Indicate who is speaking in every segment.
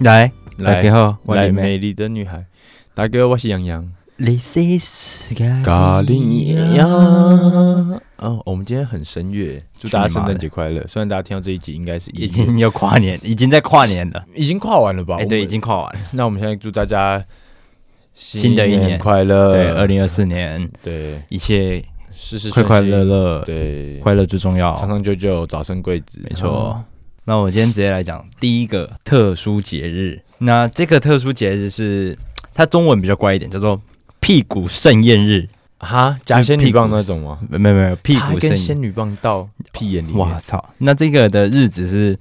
Speaker 1: 来，
Speaker 2: 来
Speaker 1: 大家好，我
Speaker 2: 来
Speaker 1: 林妹。
Speaker 2: 美丽的女孩，大家好，我是杨洋。
Speaker 1: This is
Speaker 2: 咖喱呀！哦，我们今天很声乐，祝大
Speaker 1: 去
Speaker 2: 家
Speaker 1: 你
Speaker 2: 圣
Speaker 1: 妈的
Speaker 2: 诞节快乐！虽然大家听到这一集应该是
Speaker 1: 已
Speaker 2: 一
Speaker 1: 经要跨年，已经在跨年了。
Speaker 2: 已经跨完了吧？
Speaker 1: 哎，对，
Speaker 2: 我
Speaker 1: 已
Speaker 2: 们。
Speaker 1: 经跨完了。
Speaker 2: 那我们现在祝大家
Speaker 1: 新的一年
Speaker 2: 快乐，
Speaker 1: 对，二零二四年
Speaker 2: 对，
Speaker 1: 一切
Speaker 2: 事事
Speaker 1: 快快乐
Speaker 2: 乐，
Speaker 1: 乐，
Speaker 2: 对，
Speaker 1: 快乐最重要。
Speaker 2: 长长久久，早生贵子，
Speaker 1: 没错。嗯那我今天直接来讲第一个特殊节日。那这个特殊节日是它中文比较乖一点，叫做屁股盛宴日。
Speaker 2: 啊哈，夹仙女棒那种吗？
Speaker 1: 没没没，屁
Speaker 2: 插一
Speaker 1: 股
Speaker 2: 根
Speaker 1: 盛
Speaker 2: 仙
Speaker 1: 宴。
Speaker 2: 女棒到屁眼里面，
Speaker 1: 哇操！那这个的日子是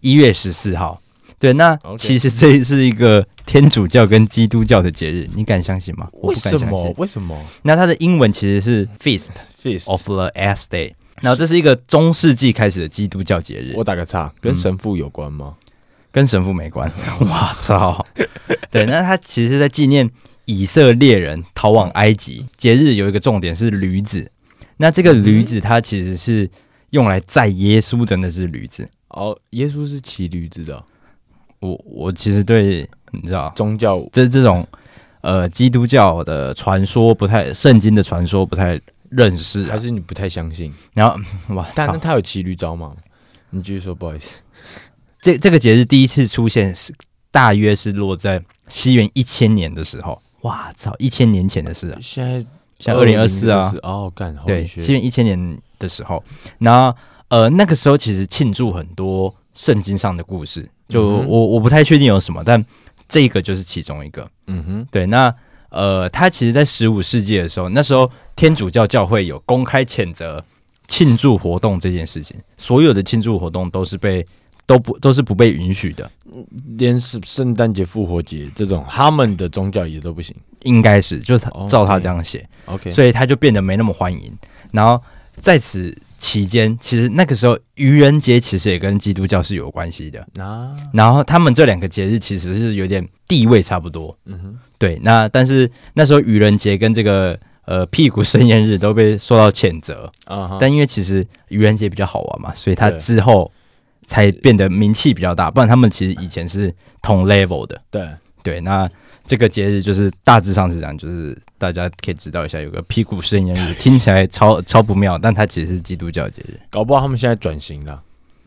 Speaker 1: 一月十四号。对，那
Speaker 2: OK
Speaker 1: 其实这是一个天主教跟基督教的节日，你敢相信吗？我
Speaker 2: 为
Speaker 1: 不敢
Speaker 2: 什
Speaker 1: 相
Speaker 2: 么
Speaker 1: 信？。
Speaker 2: 为什么哦
Speaker 1: 那它的英文其实是 Feast
Speaker 2: ？Fist
Speaker 1: of the Ash Day，然后这是一个中世纪开始的基督教节日。
Speaker 2: 我打个岔，跟
Speaker 1: 嗯
Speaker 2: 神父有关吗？
Speaker 1: 跟神父没 关。哇操！对，那他其实是在纪念以色列人逃往埃及。节日有一个重点是驴子，那这个驴子它其实是用来载耶稣的那只驴子。
Speaker 2: 哦，耶稣是骑驴子的，
Speaker 1: 我我其实对你知道，
Speaker 2: 宗教
Speaker 1: 这这种呃基督教的传说不太，圣经的传说不太认识啊、
Speaker 2: 还是你不太相信？
Speaker 1: 然后哇
Speaker 2: 但
Speaker 1: 操
Speaker 2: 那！他有骑驴招吗？你继续说，不好意思。
Speaker 1: 这这个节日第一次出现是大约是落在西元一千年的时候。哇操！一千年前的事啊。
Speaker 2: 现在
Speaker 1: 像2024啊，
Speaker 2: 哦，干，好
Speaker 1: 对，西
Speaker 2: 学
Speaker 1: 元一千年的时候，然后呃那个时候其实庆祝很多圣经上的故事，就我、
Speaker 2: 嗯哼
Speaker 1: 我不太确定有什么，但这个就是其中一个。
Speaker 2: 嗯哼，
Speaker 1: 对，那呃，他其实在十五世纪的时候，那时候天主教教会有公开谴责庆祝活动这件事情，所有的庆祝活动都是被都不都是不被允许的，
Speaker 2: 连是圣诞节、复活节这种，他们的宗教也都不行。
Speaker 1: 应该是就是他
Speaker 2: OK
Speaker 1: 照他这样写。
Speaker 2: OK，
Speaker 1: 所以他就变得没那么欢迎。然后在此期间，其实那个时候愚人节其实也跟基督教是有关系的。
Speaker 2: 那
Speaker 1: 然后他们这两个节日其实是有点地位差不多，
Speaker 2: 嗯哼，
Speaker 1: 对。那但是那时候愚人节跟这个呃屁股盛宴日都被受到谴责，
Speaker 2: 啊哈，
Speaker 1: 但因为其实愚人节比较好玩嘛，所以他
Speaker 2: 对
Speaker 1: 之后才变得名气比较大。不然他们其实以前是同 level 的，
Speaker 2: 对，
Speaker 1: 对。那这个节日就是大致上是这样，就是大家可以知道一下，有个屁股圣言日，听起来超超不妙，但它其实是基督教节日。
Speaker 2: 搞不好他们现在转型了。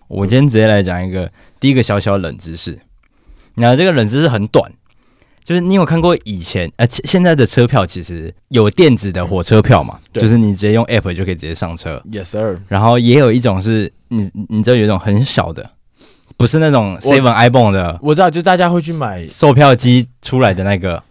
Speaker 1: 我今天直接来讲一个第一个小小冷知识，然后这个冷知识很短，就是你有看过以前呃现现在的车票其实有电子的火车票嘛，
Speaker 2: 对
Speaker 1: 就是你直接用 app 就可以直接上车，
Speaker 2: Yes sir，
Speaker 1: 然后也有一种是你你你知道有一种很小的，不是那种 Seven iPhone 的
Speaker 2: 我知道，就大家会去买
Speaker 1: 售票机出来的那个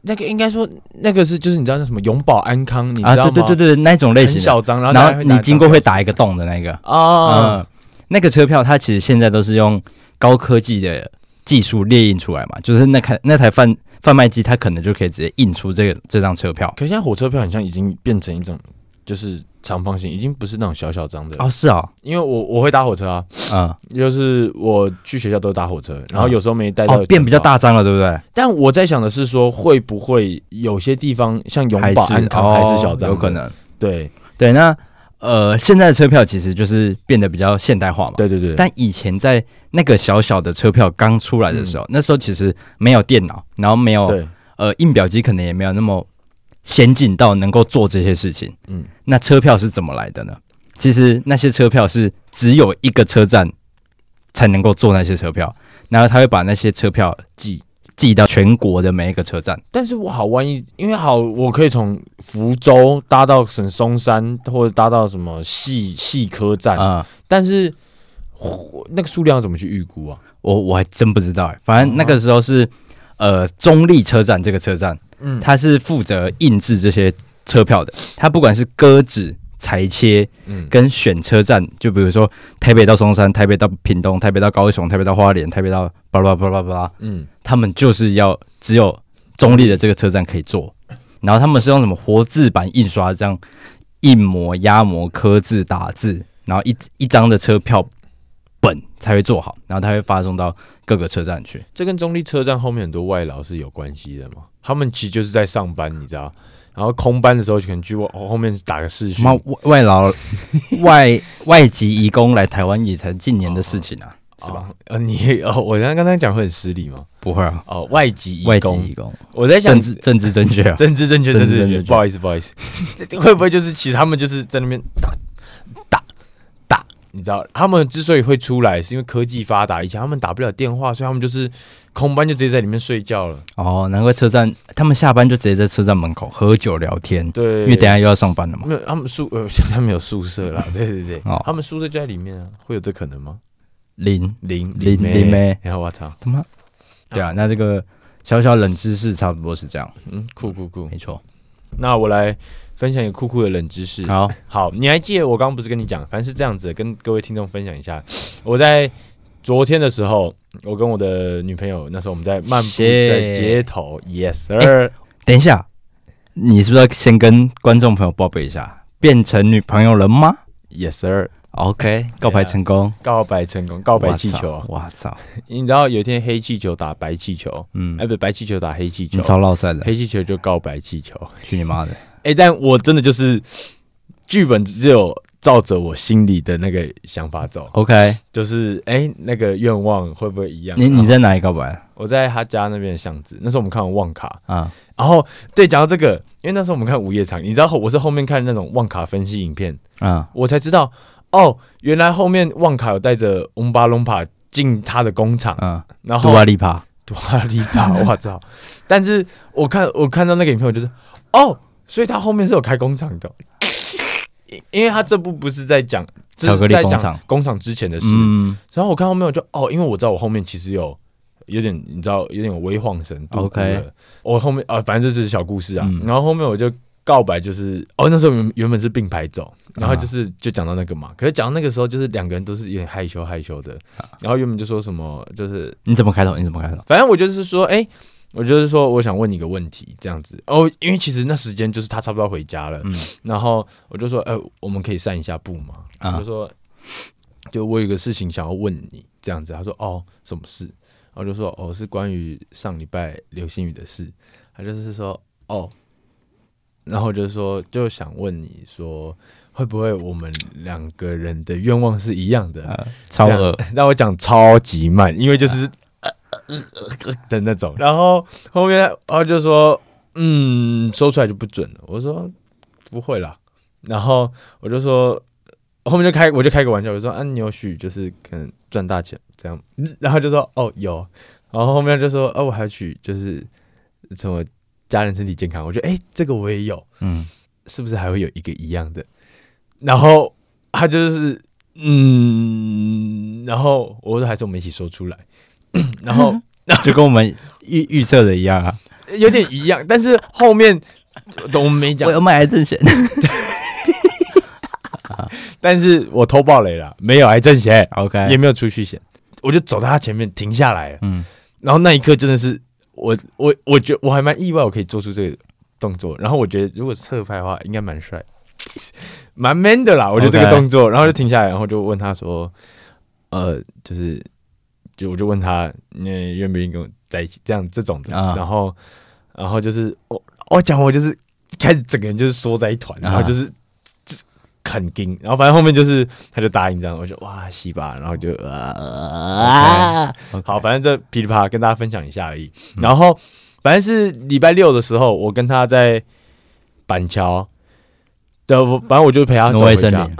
Speaker 2: 那个，应该说那个是就是你知道那什么永保安康，你知
Speaker 1: 啊，
Speaker 2: 道吗？
Speaker 1: 对对对
Speaker 2: 对，
Speaker 1: 对，那种类型
Speaker 2: 很
Speaker 1: 的
Speaker 2: 小张，然后
Speaker 1: 然
Speaker 2: 大家
Speaker 1: 后
Speaker 2: 会
Speaker 1: 你
Speaker 2: 拿
Speaker 1: 经过会打一个洞的那个，
Speaker 2: 啊，
Speaker 1: 嗯，那个车票它其实现在都是用高科技的技术列印出来嘛，就是那台那台贩贩卖机它可能就可以直接印出这个这张车票。
Speaker 2: 可现在火车票好像已经变成一种就是长方形，已经不是那种小小张的。
Speaker 1: 哦，是哦，
Speaker 2: 因为我我会搭火车啊，
Speaker 1: 嗯，
Speaker 2: 就是我去学校都搭火车，然后有时候没带到、
Speaker 1: 哦，变比较。大张了，对不对？
Speaker 2: 但我在想的是说，会不会有些地方像永
Speaker 1: 还
Speaker 2: 保、
Speaker 1: 是哦
Speaker 2: 安康还是小张、
Speaker 1: 有可。能。
Speaker 2: 对
Speaker 1: 对，那呃，现在的车票其实就是变得比较现代化嘛。
Speaker 2: 对对对，
Speaker 1: 哦但以前在那个小小的车票刚出来的时
Speaker 2: 嗯
Speaker 1: 候，那时候其实没有电脑，然后没有
Speaker 2: 对
Speaker 1: 呃，印表机可能也没有那么先进到能够做这些事情。
Speaker 2: 嗯，
Speaker 1: 那车票是怎么来的呢？其实那些车票是只有一个车站才能够做那些车票，然后他会把那些车票
Speaker 2: 记。
Speaker 1: 寄到全国的每一个车站。
Speaker 2: 但是我好，万一因为好，我可以从福州搭到省松山，或者搭到什么细细科站，
Speaker 1: 啊、
Speaker 2: 但是火那个数量怎么去预估啊？
Speaker 1: 我我还真不知道欸，反
Speaker 2: 哦
Speaker 1: 正那个时候是呃中立车站这个车站，
Speaker 2: 嗯
Speaker 1: 它是负责印制这些车票的，它不管是割纸、裁切，
Speaker 2: 嗯，
Speaker 1: 跟选车站，就比如说台北到松山、台北到屏东、台北到高雄、台北到花莲、台北到巴拉巴拉巴拉，
Speaker 2: 嗯，
Speaker 1: 他们就是要只有中立的这个车站可以做，然后他们是用什么活字版印刷这样印模、压模、刻字、打字，然后一一张的车票本才会做好，然后它会发送到各个车站去。
Speaker 2: 这跟中立车站后面很多外劳是有关系的嘛？他们其实就是在上班，你知道？然后空班的时候，可能去后后面打个视讯
Speaker 1: 妈，外外劳 外外籍移工来台湾也才近年的事情啊，是吧？
Speaker 2: 哦？呃，你哦，我刚刚刚讲会很失礼吗？
Speaker 1: 不会啊，
Speaker 2: 哦，外籍
Speaker 1: 外
Speaker 2: 义
Speaker 1: 籍
Speaker 2: 工
Speaker 1: 义，工，哎
Speaker 2: 我在想
Speaker 1: 政治政治正确 啊，
Speaker 2: 政治正确，
Speaker 1: 政
Speaker 2: 政
Speaker 1: 治
Speaker 2: 治
Speaker 1: 正
Speaker 2: 正
Speaker 1: 确
Speaker 2: 确，不好意思，不好意思，这会不会就是其实他们就是在那边打打打，你知道，他们之所以会出来，是因为科技发达，以前他们打不了电话，所以他们就是空班就直接在里面睡觉了。
Speaker 1: 哦，难怪车站他们下班就直接在车站门口喝酒聊天，
Speaker 2: 对，
Speaker 1: 因为等一下又要上班了嘛。
Speaker 2: 没有他们宿呃， 他们有宿 舍啦，对对对，
Speaker 1: 哦
Speaker 2: 他们宿舍就在里面啊，会有这可能吗？
Speaker 1: 零
Speaker 2: 零
Speaker 1: 零零妹
Speaker 2: 然后我操，
Speaker 1: 他妈，对啊，那这个小小冷知识差不多是这样，
Speaker 2: 嗯，酷酷酷
Speaker 1: 没。错。
Speaker 2: 那我来分享一个酷酷的冷知识。
Speaker 1: 好，
Speaker 2: 好，你还记得我刚刚不是跟你讲，反正是这样子的，跟各位听众分享一下。我在昨天的时候，我跟我的女朋友，那时候我们在漫步
Speaker 1: Shit
Speaker 2: 在街头，yes sir，
Speaker 1: 等一下，你是不是要先跟观众朋友报备一下，变成女朋友了吗啊
Speaker 2: yes sir，
Speaker 1: ？OK，告白成功，
Speaker 2: 告白成功，告白气球啊。
Speaker 1: 我操，
Speaker 2: 你知道有一天黑气球打白气球，
Speaker 1: 嗯
Speaker 2: 哎，，不，白气球打黑气
Speaker 1: 你
Speaker 2: 球，
Speaker 1: 超落塞的，
Speaker 2: 黑气球就告白气球。
Speaker 1: 去你 妈的！
Speaker 2: 哎，但我真的就是剧本只有照着我心里的那个想法走，
Speaker 1: OK，
Speaker 2: 就是哎，那个愿望会不会一样？
Speaker 1: 你你在哪里告白
Speaker 2: 我在他家那边的巷子，那时候我们看完旺卡，
Speaker 1: 啊？
Speaker 2: 然后对，讲到这个，因为那时候我们看午夜场，你知道后我是后面看那种旺卡分析影片，
Speaker 1: 啊，
Speaker 2: 我才知道哦，原来后面旺卡有带着翁巴隆帕进他的工厂，
Speaker 1: 嗯，
Speaker 2: 然
Speaker 1: 杜
Speaker 2: 后
Speaker 1: 阿丽帕，
Speaker 2: 杜阿里帕， 我操！但是我看我看到那个影片，我就是哦，所以他后面是有开工厂的，因因为他这部不是在讲，这
Speaker 1: 巧克
Speaker 2: 是
Speaker 1: 力
Speaker 2: 在
Speaker 1: 工厂
Speaker 2: 讲工厂之前的事，
Speaker 1: 嗯
Speaker 2: 然后我看后面我就哦，因为我知道我后面其实有有点你知道有点有微晃神度
Speaker 1: 哦 OK
Speaker 2: 我后面啊、反正这只是小故事啊。
Speaker 1: 嗯
Speaker 2: 然后后面我就告白，就是哦那时候原原本是并排
Speaker 1: 啊
Speaker 2: 走，然后就是、就讲到那个嘛，可是讲到那个时候就是两个人都是有点害羞害羞的，
Speaker 1: 啊
Speaker 2: 然后原本就说什么就是
Speaker 1: 你怎么开头？你怎么开头？
Speaker 2: 反正我就是说哎。我就是说，我想问你一个问题，这样子哦，因为其实那时间就是他差不多要回家了，
Speaker 1: 嗯
Speaker 2: 然后我就说，呃，我们可以散一下步吗？
Speaker 1: 啊
Speaker 2: 我就说，就我有个事情想要问你，这样子。他说，哦，什么事？我就说，哦，是关于上礼拜流星雨的事。他就是说，哦，然后我就说，就想问你说，会不会我们两个人的愿望是一样的？
Speaker 1: 呃，超额
Speaker 2: 这样。 让我讲超级慢，因为就是呃的那种。然后后面他就说，嗯，说出来就不准了。我说不会啦，然后我就说，后面就开我就开个玩笑，我说啊，你有许就是可能赚大钱这样，然后就说哦有，然后后面就说哦、我还许就是什么家人身体健康，我觉得哎、这个我也有，
Speaker 1: 嗯，
Speaker 2: 是不是还会有一个一样的？然后他就是嗯，然后我说还是我们一起说出来， 然后
Speaker 1: 就跟我们预预测的一样啊。
Speaker 2: 有点一样，但是后面我们没讲，
Speaker 1: 买癌症险，
Speaker 2: 但是我偷爆雷了，没有癌症险，
Speaker 1: OK，
Speaker 2: 也没有储蓄险，我就走到他前面停下来了，
Speaker 1: 嗯，
Speaker 2: 然后那一刻真的是我我我觉得我还蛮意外，我可以做出这个动作，然后我觉得如果侧拍的话应该蛮帅，蛮 man 的啦，我觉得这个
Speaker 1: OK
Speaker 2: 动作然后就停下来，然后就问他说，呃，就是就我就问他你愿不愿意跟我在一起，这样这种的，
Speaker 1: 啊
Speaker 2: 然后然后就是我我讲我就是开始整个人就是缩在一团，然后
Speaker 1: 啊
Speaker 2: 就是。很硬，然后反正后面就是他就答应这样，我就哇西吧，然后就呃啊，好，反正这噼里啪啦跟大家分享一下而已。
Speaker 1: 嗯
Speaker 2: 然后反正是礼拜六的时候，我跟他在板桥的，我反正我就陪他走
Speaker 1: 挪威
Speaker 2: 回
Speaker 1: 森
Speaker 2: 家
Speaker 1: 林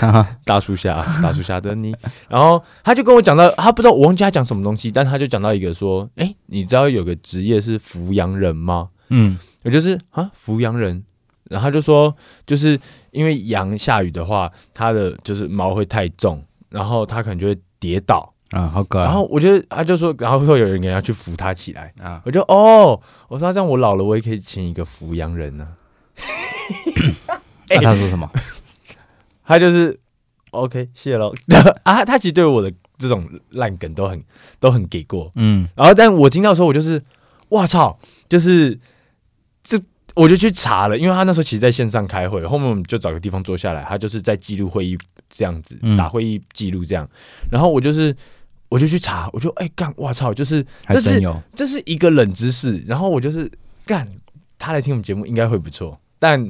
Speaker 2: 啊， 大树下，大树下的你。然后他就跟我讲到，他不知道我忘记他讲什么东西，但他就讲到一个说，哎、你知道有个职业是扶羊人吗？
Speaker 1: 嗯
Speaker 2: 我就是啊，扶羊人。然后他就说，就是因为羊下雨的话，它的就是毛会太重，然后它可能就会跌倒，
Speaker 1: 啊，好可爱。
Speaker 2: 然后我就他就说，然后会有人给他去扶他起来，
Speaker 1: 啊，
Speaker 2: 我就哦，我说那这样我老了我也可以请一个扶羊人啊呢、
Speaker 1: 那他说什么？
Speaker 2: 他就是 OK 谢喽 啊，他其实对我的这种烂梗都很都很给过，
Speaker 1: 嗯
Speaker 2: 然后但我听到的时候我就是哇操，就是这我就去查了，因为他那时候其实在线上开会，后面我们就找个地方坐下来，他就是在记录会议这样子
Speaker 1: 嗯
Speaker 2: 打会议记录这样，然后我就是我就去查，我就哎干哇操，就是
Speaker 1: 还
Speaker 2: 这是
Speaker 1: 真有
Speaker 2: 这是一个冷知识，然后我就是干，他来听我们节目应该会不错，但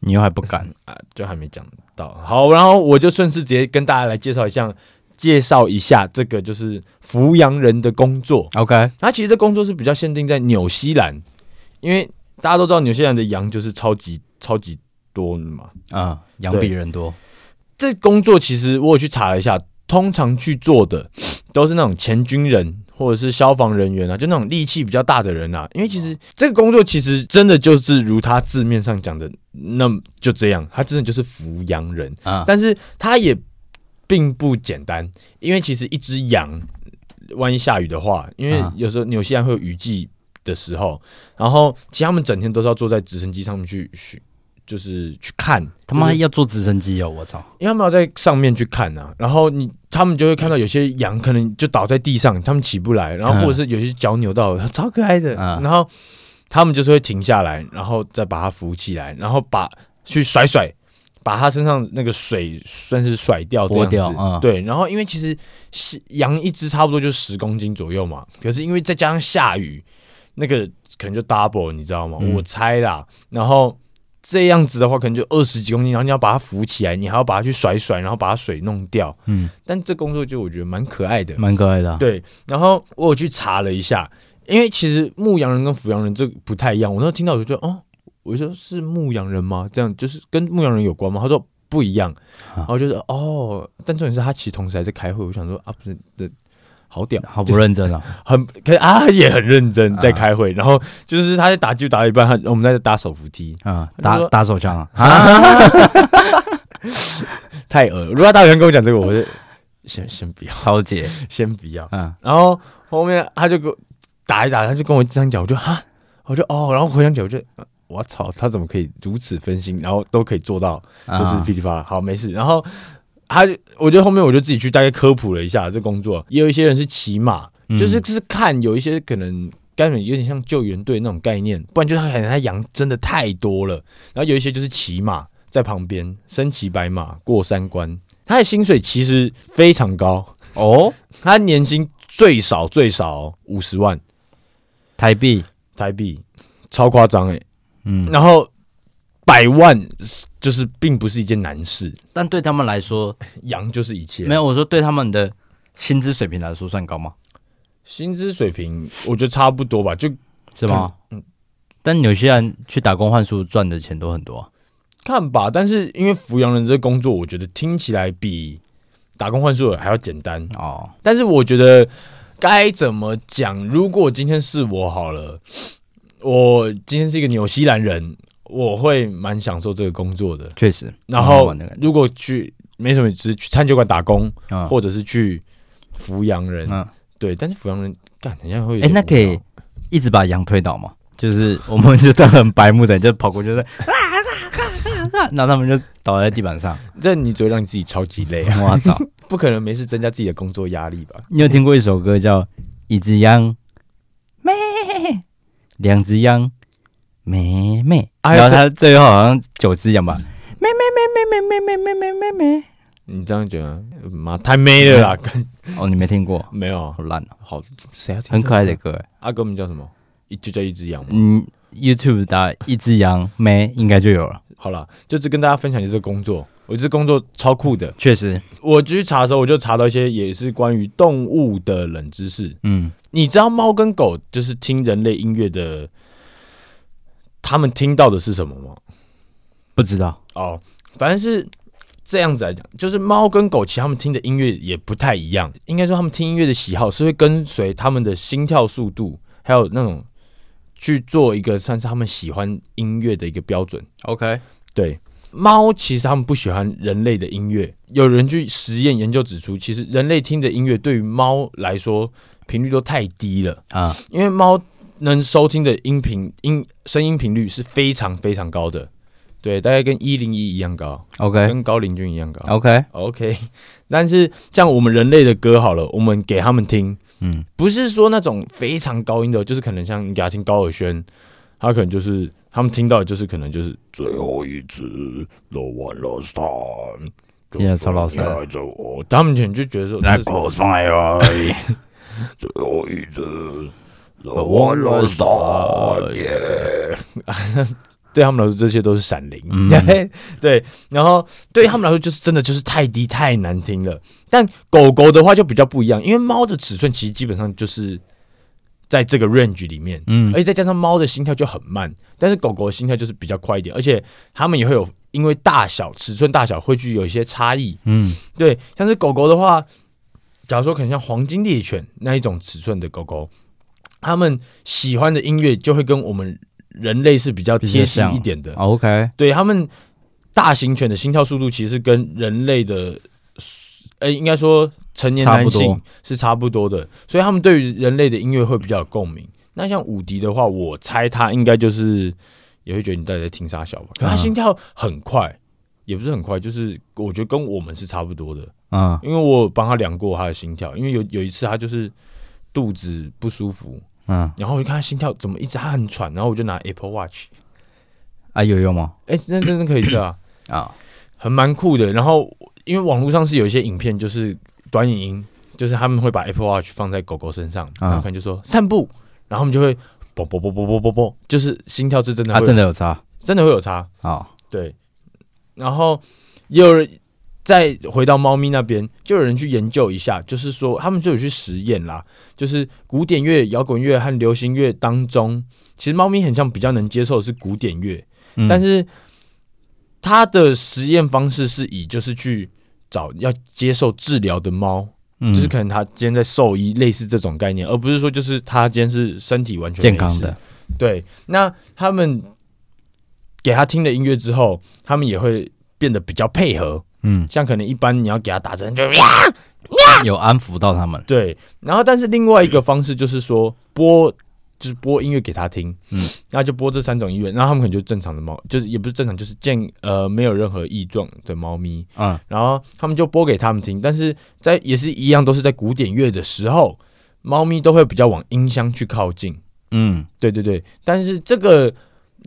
Speaker 1: 你又还不敢
Speaker 2: 啊、就还没讲到。好，然后我就顺势直接跟大家来介绍一下介绍一下这个就是扶羊人的工作。
Speaker 1: OK，
Speaker 2: 那其实这工作是比较限定在纽西兰，因为大家都知道纽西兰的羊就是超级超级多的嘛。
Speaker 1: 啊，羊比人多，
Speaker 2: 这工作其实我有去查了一下，通常去做的 都是那种前军人或者是消防人员啊，就那种力气比较大的人啊。因为其实这个工作其实真的就是如他字面上讲的，那么就这样，他真的就是扶羊人，
Speaker 1: 啊，
Speaker 2: 但是他也并不简单，因为其实一只羊，万一下雨的话，因为
Speaker 1: 啊
Speaker 2: 有时候纽西兰会有雨季的时候，然后其实他们整天都是要坐在直升机上面去去，就是去看，
Speaker 1: 他妈
Speaker 2: 就是
Speaker 1: 要坐直升机哦，我操，
Speaker 2: 因为他们要在上面去看啊，然后你他们就会看到有些羊可能就倒在地上，他们起不来，然后
Speaker 1: 嗯
Speaker 2: 或者是有些脚扭到，超可爱的，
Speaker 1: 嗯
Speaker 2: 然后他们就是会停下来，然后再把它扶起来，然后把去甩甩，把它身上那个水算是甩掉这样
Speaker 1: 拨掉
Speaker 2: 子，
Speaker 1: 嗯
Speaker 2: 对，然后因为其实是羊一只差不多就十公斤左右嘛，可是因为再加上下雨，那个可能就 double，你知道吗？
Speaker 1: 嗯
Speaker 2: 我猜啦，然后。这样子的话，可能就二十几公斤，然后你要把它扶起来，你还要把它去甩甩，然后把它水弄掉。
Speaker 1: 嗯，
Speaker 2: 但这工作就我觉得蛮可爱的。
Speaker 1: 蛮可爱的啊，
Speaker 2: 对，然后我有去查了一下，因为其实牧羊人跟抚羊人这个不太一样。我那时候听到我就觉得，哦，我就说是牧羊人吗？这样就是跟牧羊人有关吗？他说不一样，然后我就是哦，但重点是他其实同时还在开会。我想说啊，不是的，好屌，
Speaker 1: 好不认真啊，
Speaker 2: 很可是啊，也很认真在开会。然后就是他在打就打到一半，他我们在打手扶梯，
Speaker 1: 啊，打
Speaker 2: 他就说
Speaker 1: 打手 枪啊，啊，
Speaker 2: 太恶了。如果他大学跟我讲
Speaker 1: 哦
Speaker 2: 这个，我会先先 不要，
Speaker 1: 超姐，
Speaker 2: 先不要。
Speaker 1: 嗯，
Speaker 2: 然后后面他就给我打一打，他就跟我这样讲，我就哈，我就哦，然后回想起来，我就呃我操，他怎么可以如此分心，然后都可以做到，
Speaker 1: 啊
Speaker 2: 就是噼里啪啦。好，没事。然后他就，我觉得后面我就自己去大概科普了一下这工作，也有一些人是骑马，
Speaker 1: 嗯
Speaker 2: 就是是看有一些可能。概念有点像救援队那种概念，不然就是他可能他羊真的太多了，然后有一些就是骑马在旁边身骑白马过三关，他的薪水其实非常高，
Speaker 1: 哦，
Speaker 2: 他年薪最少最少五十万
Speaker 1: 台币，
Speaker 2: 台币，超夸张哎。
Speaker 1: 嗯，
Speaker 2: 然后百万是就是并不是一件难事，
Speaker 1: 但对他们来说，
Speaker 2: 羊就是一切。
Speaker 1: 没有，我说对他们的薪资水平来说算高吗？
Speaker 2: 薪资水平，我觉得差不多吧。就是
Speaker 1: 吗？嗯，但纽西兰去打工换宿赚的钱都很多啊、
Speaker 2: 看吧，但是因为扶羊人这个工作，我觉得听起来比打工换宿还要简单。
Speaker 1: 哦，
Speaker 2: 但是我觉得该怎么讲？如果今天是我好了，我今天是一个纽西兰人，我会蛮享受这个工作的。
Speaker 1: 确实。
Speaker 2: 然后
Speaker 1: 那个，
Speaker 2: 如果去没什么，只是去餐酒馆打工，
Speaker 1: 嗯，
Speaker 2: 或者是去扶羊人，
Speaker 1: 嗯，
Speaker 2: 对，但是扶羊人干好像会有
Speaker 1: 哎、
Speaker 2: 点
Speaker 1: 那可
Speaker 2: 无
Speaker 1: 以
Speaker 2: 聊
Speaker 1: 一直把羊推倒吗？就是我们就当很白目的，就跑过 去在，啊那他们就倒在地板上。
Speaker 2: 这你只会让你自己超级 累啊，
Speaker 1: 我操！
Speaker 2: 不可能没事增加自己的工作压力吧？
Speaker 1: 你有听过一首歌叫《一只羊妹》，两只羊妹妹，
Speaker 2: 哎呀
Speaker 1: 然后它最后好像九只羊吧，妹妹妹妹妹妹妹妹妹妹。
Speaker 2: 你这样觉得妈太美 了啦，干
Speaker 1: 哦，你没听过，
Speaker 2: 没有
Speaker 1: 好烂哦，
Speaker 2: 好谁要听
Speaker 1: 很可爱的
Speaker 2: 这个
Speaker 1: 歌欸。
Speaker 2: 啊？歌名叫什么？一就叫一只羊嘛。
Speaker 1: 嗯，YouTube 打一只羊妹应该就有了。
Speaker 2: 好了，就只跟大家分享一下这个工作，我觉得这工作超酷的。
Speaker 1: 确实，
Speaker 2: 我去查的时候，我就查到一些也是关于动物的冷知识。
Speaker 1: 嗯，
Speaker 2: 你知道猫跟狗就是听人类音乐的，他们听到的是什么吗？
Speaker 1: 不知道
Speaker 2: 哦，反正是这样子来讲，就是猫跟狗其实他们听的音乐也不太一样，应该说他们听音乐的喜好是会跟随他们的心跳速度，还有那种去做一个算是他们喜欢音乐的一个标准。
Speaker 1: ，OK，
Speaker 2: 对，猫其实他们不喜欢人类的音乐。有人去实验研究指出，其实人类听的音乐对于猫来说频率都太低了。
Speaker 1: 啊，
Speaker 2: 因为猫能收听的音频音声音频率是非常非常高的，对，大概跟一零一一样高，
Speaker 1: 哎
Speaker 2: 跟高凌君一样高。
Speaker 1: OK，OK，
Speaker 2: OK，但 是像我们人类的歌好了，我们给他们听，
Speaker 1: 嗯，
Speaker 2: 不是说那种非常高音的，就是可能像你给他听高尔宣，他可能就是他们听到的就是可能就是最后一次，The One Last Time，
Speaker 1: 听起来超老塞
Speaker 2: 就爱着我，哦他们可能就觉得说这是
Speaker 3: Crossfire. 最后一只，The One Lost Star，耶！
Speaker 2: 对他们来说这些都是闪灵，
Speaker 1: 嗯
Speaker 2: 对，然后对他们来说就是真的就是太低太难听了。但狗狗的话就比较不一样，因为猫的尺寸其实基本上就是在这个 range 里面，
Speaker 1: 嗯
Speaker 2: 而且再加上猫的心跳就很慢，但是狗狗的心跳就是比较快一点，而且它们也会有因为大小尺寸大小会具有一些差异。
Speaker 1: 嗯
Speaker 2: 对，像是狗狗的话，假如说可能像黄金猎犬那一种尺寸的狗狗，它们喜欢的音乐就会跟我们人类是比较贴
Speaker 1: 比较
Speaker 2: 近
Speaker 1: 像
Speaker 2: 一点的。
Speaker 1: 哦，OK，
Speaker 2: 对它们大型犬的心跳速度其实跟人类的，呃，应该说成年男
Speaker 1: 差不
Speaker 2: 性
Speaker 1: 多
Speaker 2: 是差不多的，所以他们对于人类的音乐会比较有共鸣。那像伍迪的话，我猜他应该就是也会觉得你到底在听啥小吧，可他
Speaker 1: 嗯
Speaker 2: 心跳很快，也不是很快，就是我觉得跟我们是差不多的，
Speaker 1: 嗯
Speaker 2: 因为我有帮他量过他的心跳，因为有有一次他就是肚子不舒服，
Speaker 1: 嗯，
Speaker 2: 然后我就看他心跳怎么一直他很喘，然后我就拿 Apple Watch，
Speaker 1: 啊有用吗？
Speaker 2: 哎、那真的可以测啊。
Speaker 1: 啊，
Speaker 2: 很蛮酷的。然后因为网络上是有一些影片，就是短影音，就是他们会把 Apple Watch 放在狗狗身上，
Speaker 1: 啊
Speaker 2: 然后可能就说散步，然后我们就会啵啵啵啵啵啵啵，就是心跳是真的
Speaker 1: 啊
Speaker 2: 会有、
Speaker 1: 真的有差
Speaker 2: 真的会有差。
Speaker 1: 啊，
Speaker 2: 对，然后也有人再回到猫咪那边，就有人去研究一下，就是说他们就有去实验啦，就是古典乐、摇滚乐和流行乐当中，其实猫咪很像比较能接受的是古典乐，
Speaker 1: 嗯
Speaker 2: 但是它的实验方式是以就是去找要接受治疗的猫，
Speaker 1: 嗯
Speaker 2: 就是可能它今天在兽医类似这种概念，而不是说就是它今天是身体完全
Speaker 1: 健
Speaker 2: 没
Speaker 1: 康
Speaker 2: 事
Speaker 1: 的，
Speaker 2: 对，那他们给他听了音乐之后，他们也会变得比较配合。
Speaker 1: 嗯，
Speaker 2: 像可能一般你要给他打针就
Speaker 1: 有安抚到他们，
Speaker 2: 对，然后但是另外一个方式就是说播，就是播音乐给他听，
Speaker 1: 嗯
Speaker 2: 嗯，那就播这三种音乐，然后他们可能就正常的猫，就是也不是正常，就是健呃没有任何异状的猫咪，
Speaker 1: 嗯
Speaker 2: 然后他们就播给他们听，但是在也是一样，都是在古典乐的时候，猫咪都会比较往音箱去靠近。
Speaker 1: 嗯
Speaker 2: 对对对，但是这个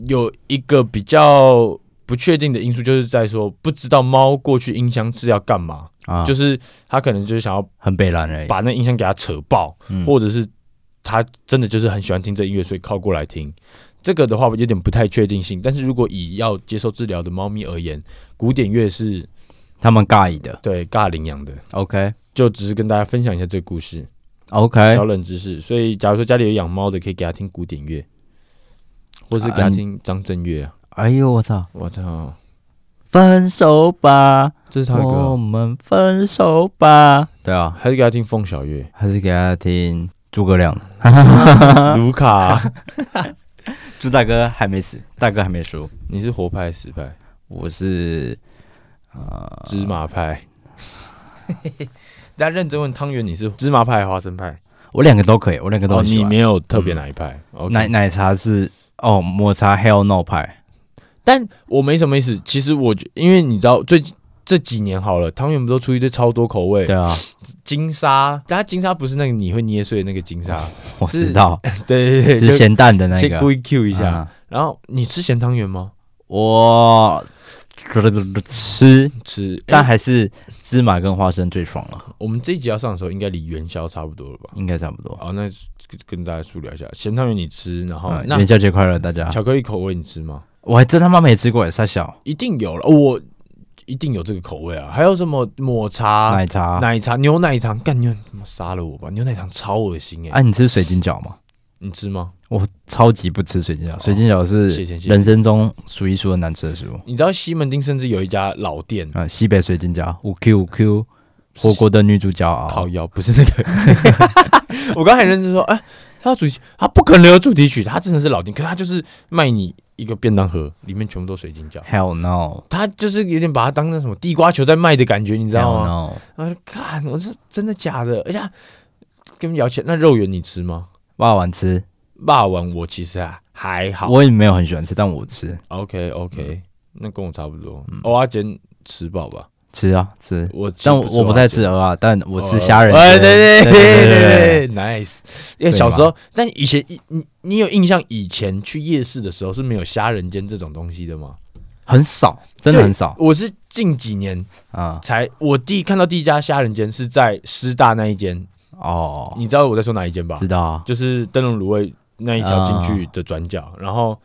Speaker 2: 有一个比较不确定的因素，就是在说不知道猫过去音箱是要干嘛，
Speaker 1: 啊，
Speaker 2: 就是是它可能就是想要
Speaker 1: 很北蓝而已，
Speaker 2: 把那音箱给它扯爆，
Speaker 1: 嗯
Speaker 2: 或者是它真的就是很喜欢听这音乐，所以靠过来听。这个的话有点不太确定性，但是如果以要接受治疗的猫咪而言，古典乐是
Speaker 1: 他们尬意的
Speaker 2: 对尬领养的，
Speaker 1: ，OK
Speaker 2: 就只是跟大家分享一下这个故事，
Speaker 1: OK，
Speaker 2: 小冷知识。所以假如说家里有养猫的，可以给它听古典乐，或是给
Speaker 1: 啊
Speaker 2: 它
Speaker 1: 你
Speaker 2: 听张震岳啊。
Speaker 1: 哎呦我操，
Speaker 2: 我操，
Speaker 1: 分手吧，
Speaker 2: 这是他的歌
Speaker 1: 我
Speaker 2: 哦，
Speaker 1: 们分手吧，对啊，
Speaker 2: 还是给他听凤小岳、
Speaker 1: 还是给他听诸葛亮的。
Speaker 2: 卢卡？
Speaker 1: 朱大哥还没死，大哥还没输，
Speaker 2: 你是活派还是死派？
Speaker 1: 我是
Speaker 2: 芝麻 派。大家认真问汤圆，你是芝麻派还是花生派？
Speaker 1: 我两个都可以，我两个都
Speaker 2: 哦，
Speaker 1: 很喜
Speaker 2: 你
Speaker 1: 欢。
Speaker 2: 没有特别哪一派。哦，
Speaker 1: 奶奶茶是哦，抹茶 Hell No 派，
Speaker 2: 但我没什么意思。其实我觉，因为你知道最这几年好了，汤圆不都出一堆超多口味
Speaker 1: 对？啊，
Speaker 2: 金沙，但它金沙不是那个你会捏碎的那个金沙，
Speaker 1: 我知 道，
Speaker 2: 对对对，
Speaker 1: 是
Speaker 2: 就
Speaker 1: 咸蛋的那
Speaker 2: 先
Speaker 1: 个。
Speaker 2: 故意 Q 一下。
Speaker 1: 嗯，
Speaker 2: 然后你吃咸汤圆吗？
Speaker 1: 我吃，
Speaker 2: 吃，哎
Speaker 1: 但还是芝麻跟花生最爽了，
Speaker 2: 我们这一集要上的时候，应该离元宵差不多了吧？
Speaker 1: 应该差不多。
Speaker 2: 哦，那跟跟大家速聊一下，咸汤圆你吃，然后、
Speaker 1: 嗯
Speaker 2: 哦那
Speaker 1: 元宵节快乐，大家！
Speaker 2: 巧克力口味你吃吗？
Speaker 1: 我还真他妈没吃过耶，傻小
Speaker 2: 一定有了，哦我一定有这个口味啊。还有什么抹茶、
Speaker 1: 奶茶。
Speaker 2: 奶茶、牛奶糖？干你他妈杀了我吧！牛奶糖超恶心哎、
Speaker 1: 哎，你吃水晶饺吗？
Speaker 2: 你吃吗？
Speaker 1: 我超级不吃水晶饺，水晶饺是
Speaker 2: 哦谢谢谢谢
Speaker 1: 人生中数一数二难吃的食物。
Speaker 2: 你知道西门町甚至有一家老店
Speaker 1: 啊，西北水晶饺，五 Q 五 Q，火锅的女主角
Speaker 2: 烤
Speaker 1: 啊，
Speaker 2: 腰，不是那个。 我刚才很认真说，哎、他主题他不可能有主题曲，他真的是老店，可是他就是卖你一个便当盒，里面全部都水晶饺。
Speaker 1: Hell no，
Speaker 2: 他就是有点把它当成什么地瓜球在卖的感觉，你知道吗？
Speaker 1: ？Hell no，
Speaker 2: 然后就看我是真的假的，而且跟摇钱那肉圆你吃吗？
Speaker 1: 霸王吃，
Speaker 2: 霸王我其实啊还好
Speaker 1: 我也嗯没有很喜欢吃，但我吃
Speaker 2: ，OK OK，、那跟我差不多。蚵仔煎吃饱吧，
Speaker 1: 吃啊吃，
Speaker 2: 我吃
Speaker 1: 嗯但我
Speaker 2: 吃
Speaker 1: 我不
Speaker 2: 蚵仔
Speaker 1: 太
Speaker 2: 煎
Speaker 1: 吃，鹅啊，但我吃虾仁。
Speaker 2: 哎，对
Speaker 1: 对
Speaker 2: 对对对对，nice。因
Speaker 1: 对
Speaker 2: 为小
Speaker 1: 嘛
Speaker 2: 时候，但以前你你你有印象以前去夜市的时候是没有虾仁煎这种东西的吗？
Speaker 1: 很少，真的
Speaker 2: 对
Speaker 1: 很少
Speaker 2: 我是近几年
Speaker 1: 啊。
Speaker 2: 才我第一看到第一家虾仁煎是在师大那一间，
Speaker 1: 哦，
Speaker 2: 你知道我在说哪一间吧？
Speaker 1: 知道啊，啊
Speaker 2: 就是灯笼卤味那一条进去的转角，然后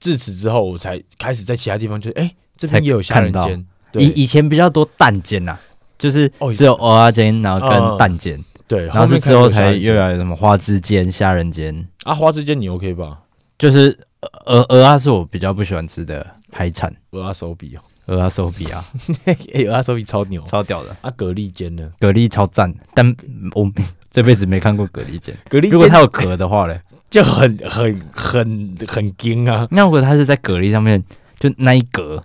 Speaker 2: 自此之后，我才开始在其他地方觉得，哎、这边
Speaker 1: 才
Speaker 2: 也有虾仁
Speaker 1: 看到
Speaker 2: 煎，对
Speaker 1: 以以前比较多蛋煎呐、就是
Speaker 2: 哦
Speaker 1: 只有蚵仔煎，然后
Speaker 2: 嗯
Speaker 1: 跟蛋煎，
Speaker 2: 对，
Speaker 1: 然后是
Speaker 2: 面
Speaker 1: 之后
Speaker 2: 开
Speaker 1: 才
Speaker 2: 始有虾仁
Speaker 1: 又
Speaker 2: 煎
Speaker 1: 来什么花枝煎、虾仁煎，
Speaker 2: 啊花之间你 OK 吧？
Speaker 1: 就是鹅鹅啊是我比较不喜欢吃的海产，
Speaker 2: 鹅阿 手比哦，
Speaker 1: 鹅啊手比啊，
Speaker 2: 哎鹅阿手比 超牛，
Speaker 1: 超屌的，
Speaker 2: 啊蛤蜊煎呢？
Speaker 1: 蛤蜊超赞，但我 这辈子没看过蛤蜊煎。
Speaker 2: 蛤蜊
Speaker 1: 如果它
Speaker 2: 煎
Speaker 1: 有壳的话嘞，
Speaker 2: 就很很很很惊啊，
Speaker 1: 那如果它是在蛤蜊上面，就那一格，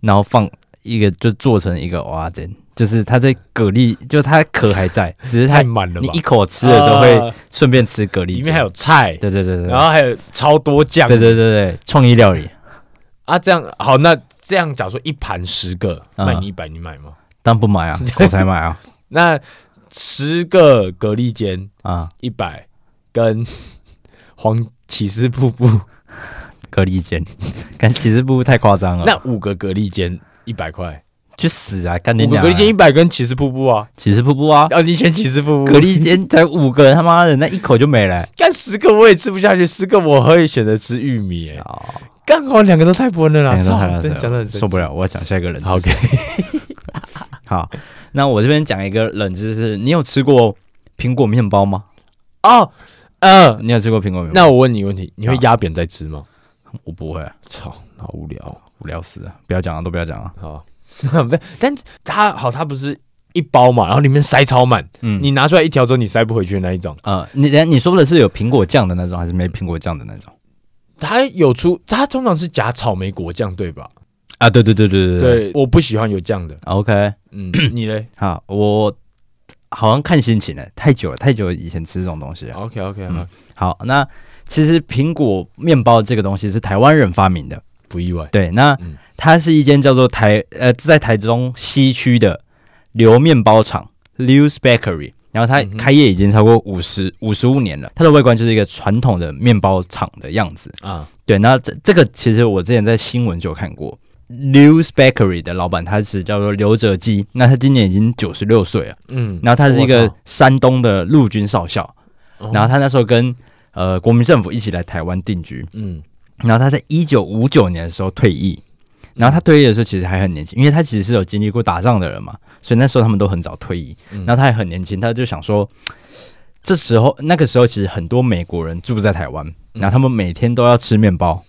Speaker 1: 然后放一个就做成一个蚵仔煎，就是它在蛤蜊，就它壳还在， 只是它
Speaker 2: 太满了
Speaker 1: 你
Speaker 2: 吧
Speaker 1: 一？口吃的时候会
Speaker 2: 啊
Speaker 1: 顺便吃蛤蜊煎，
Speaker 2: 里面还有菜，
Speaker 1: 对对对对，
Speaker 2: 然后还有超多酱，
Speaker 1: 对对对对创意料理，
Speaker 2: 啊，这样好，那这样假如说一盘十个，
Speaker 1: 嗯
Speaker 2: 卖你一百，你买吗？
Speaker 1: 但不 买啊，口才买啊
Speaker 2: 那十个蛤蜊煎
Speaker 1: 啊，
Speaker 2: 一百，跟 黄起司瀑布，
Speaker 1: 蛤蜊煎， 但其实不太夸张了，
Speaker 2: 那五个蛤蜊煎一百块，
Speaker 1: 去死啊！干你
Speaker 2: 五个
Speaker 1: 娘
Speaker 2: 蛤
Speaker 1: 啊！
Speaker 2: 蜊煎一百跟起司瀑布啊，
Speaker 1: 起司瀑布 啊，
Speaker 2: 啊，你选起司瀑布，
Speaker 1: 蛤蜊煎才五个，他妈的那一口就没了欸。
Speaker 2: 干十个我也吃不下去，十个我会选择吃玉米、欸，
Speaker 1: 哦，
Speaker 2: 刚好两个都太不温了啦，
Speaker 1: 两个哎都
Speaker 2: 操
Speaker 1: 太辣，
Speaker 2: 真的讲的很
Speaker 1: 受不
Speaker 2: 了。
Speaker 1: 了，我要讲下一个冷知
Speaker 2: 好
Speaker 1: 识。 好，那我这边讲一个冷知识，你有吃过苹果面包吗？
Speaker 2: 哦，嗯、
Speaker 1: 你有吃过苹果面包？
Speaker 2: 那我问你个问题，你会
Speaker 1: 好
Speaker 2: 压扁再吃吗？
Speaker 1: 我不会啊，
Speaker 2: 操，好无聊。
Speaker 1: 无聊死了，不要讲了，都不要讲了。
Speaker 2: 好，不， 但它好，它不是一包嘛，然后里面塞超满，
Speaker 1: 嗯，
Speaker 2: 你拿出来一条之后你塞不回去的那一种。
Speaker 1: 呃，你等下你说的是有苹果酱的那种，还是没苹果酱的那种？
Speaker 2: 它有出，它通常是夹草莓果酱，对吧？
Speaker 1: 啊，对对对对
Speaker 2: 对，我不喜欢有酱的。
Speaker 1: OK，
Speaker 2: 嗯，你嘞
Speaker 1: 好，我好像看心情了，太久了，太久以前吃这种东西了。
Speaker 2: ？OK OK，、
Speaker 1: 嗯好，那其实苹果面包这个东西是台湾人发明的，
Speaker 2: 不意外。
Speaker 1: 对，那
Speaker 2: 嗯
Speaker 1: 它是一间叫做台呃在台中西区的刘面包厂 Lew's Bakery，然后它
Speaker 2: 嗯哼
Speaker 1: 开业已经超过五十五十五年了，它的外观就是一个传统的面包厂的样子。
Speaker 2: 啊，
Speaker 1: 对，那这这个其实我之前在新闻就有看过。Lew's Bakery 的老板他是叫做刘哲基，那他今年已经九十六岁了。
Speaker 2: 嗯
Speaker 1: 然后他是一
Speaker 2: 我
Speaker 1: 个
Speaker 2: 操
Speaker 1: 山东的陆军少校，
Speaker 2: 哦
Speaker 1: 然后他那时候跟呃国民政府一起来台湾定居，
Speaker 2: 嗯，
Speaker 1: 然后他在一九五九年的时候退役，然后他退役的时候其实还很年轻，因为他其实是有经历过打仗的人嘛，所以那时候他们都很早退役，
Speaker 2: 嗯
Speaker 1: 然后他还很年轻，他就想说，这时候那个时候其实很多美国人住在台湾，然后他们每天都要吃面包，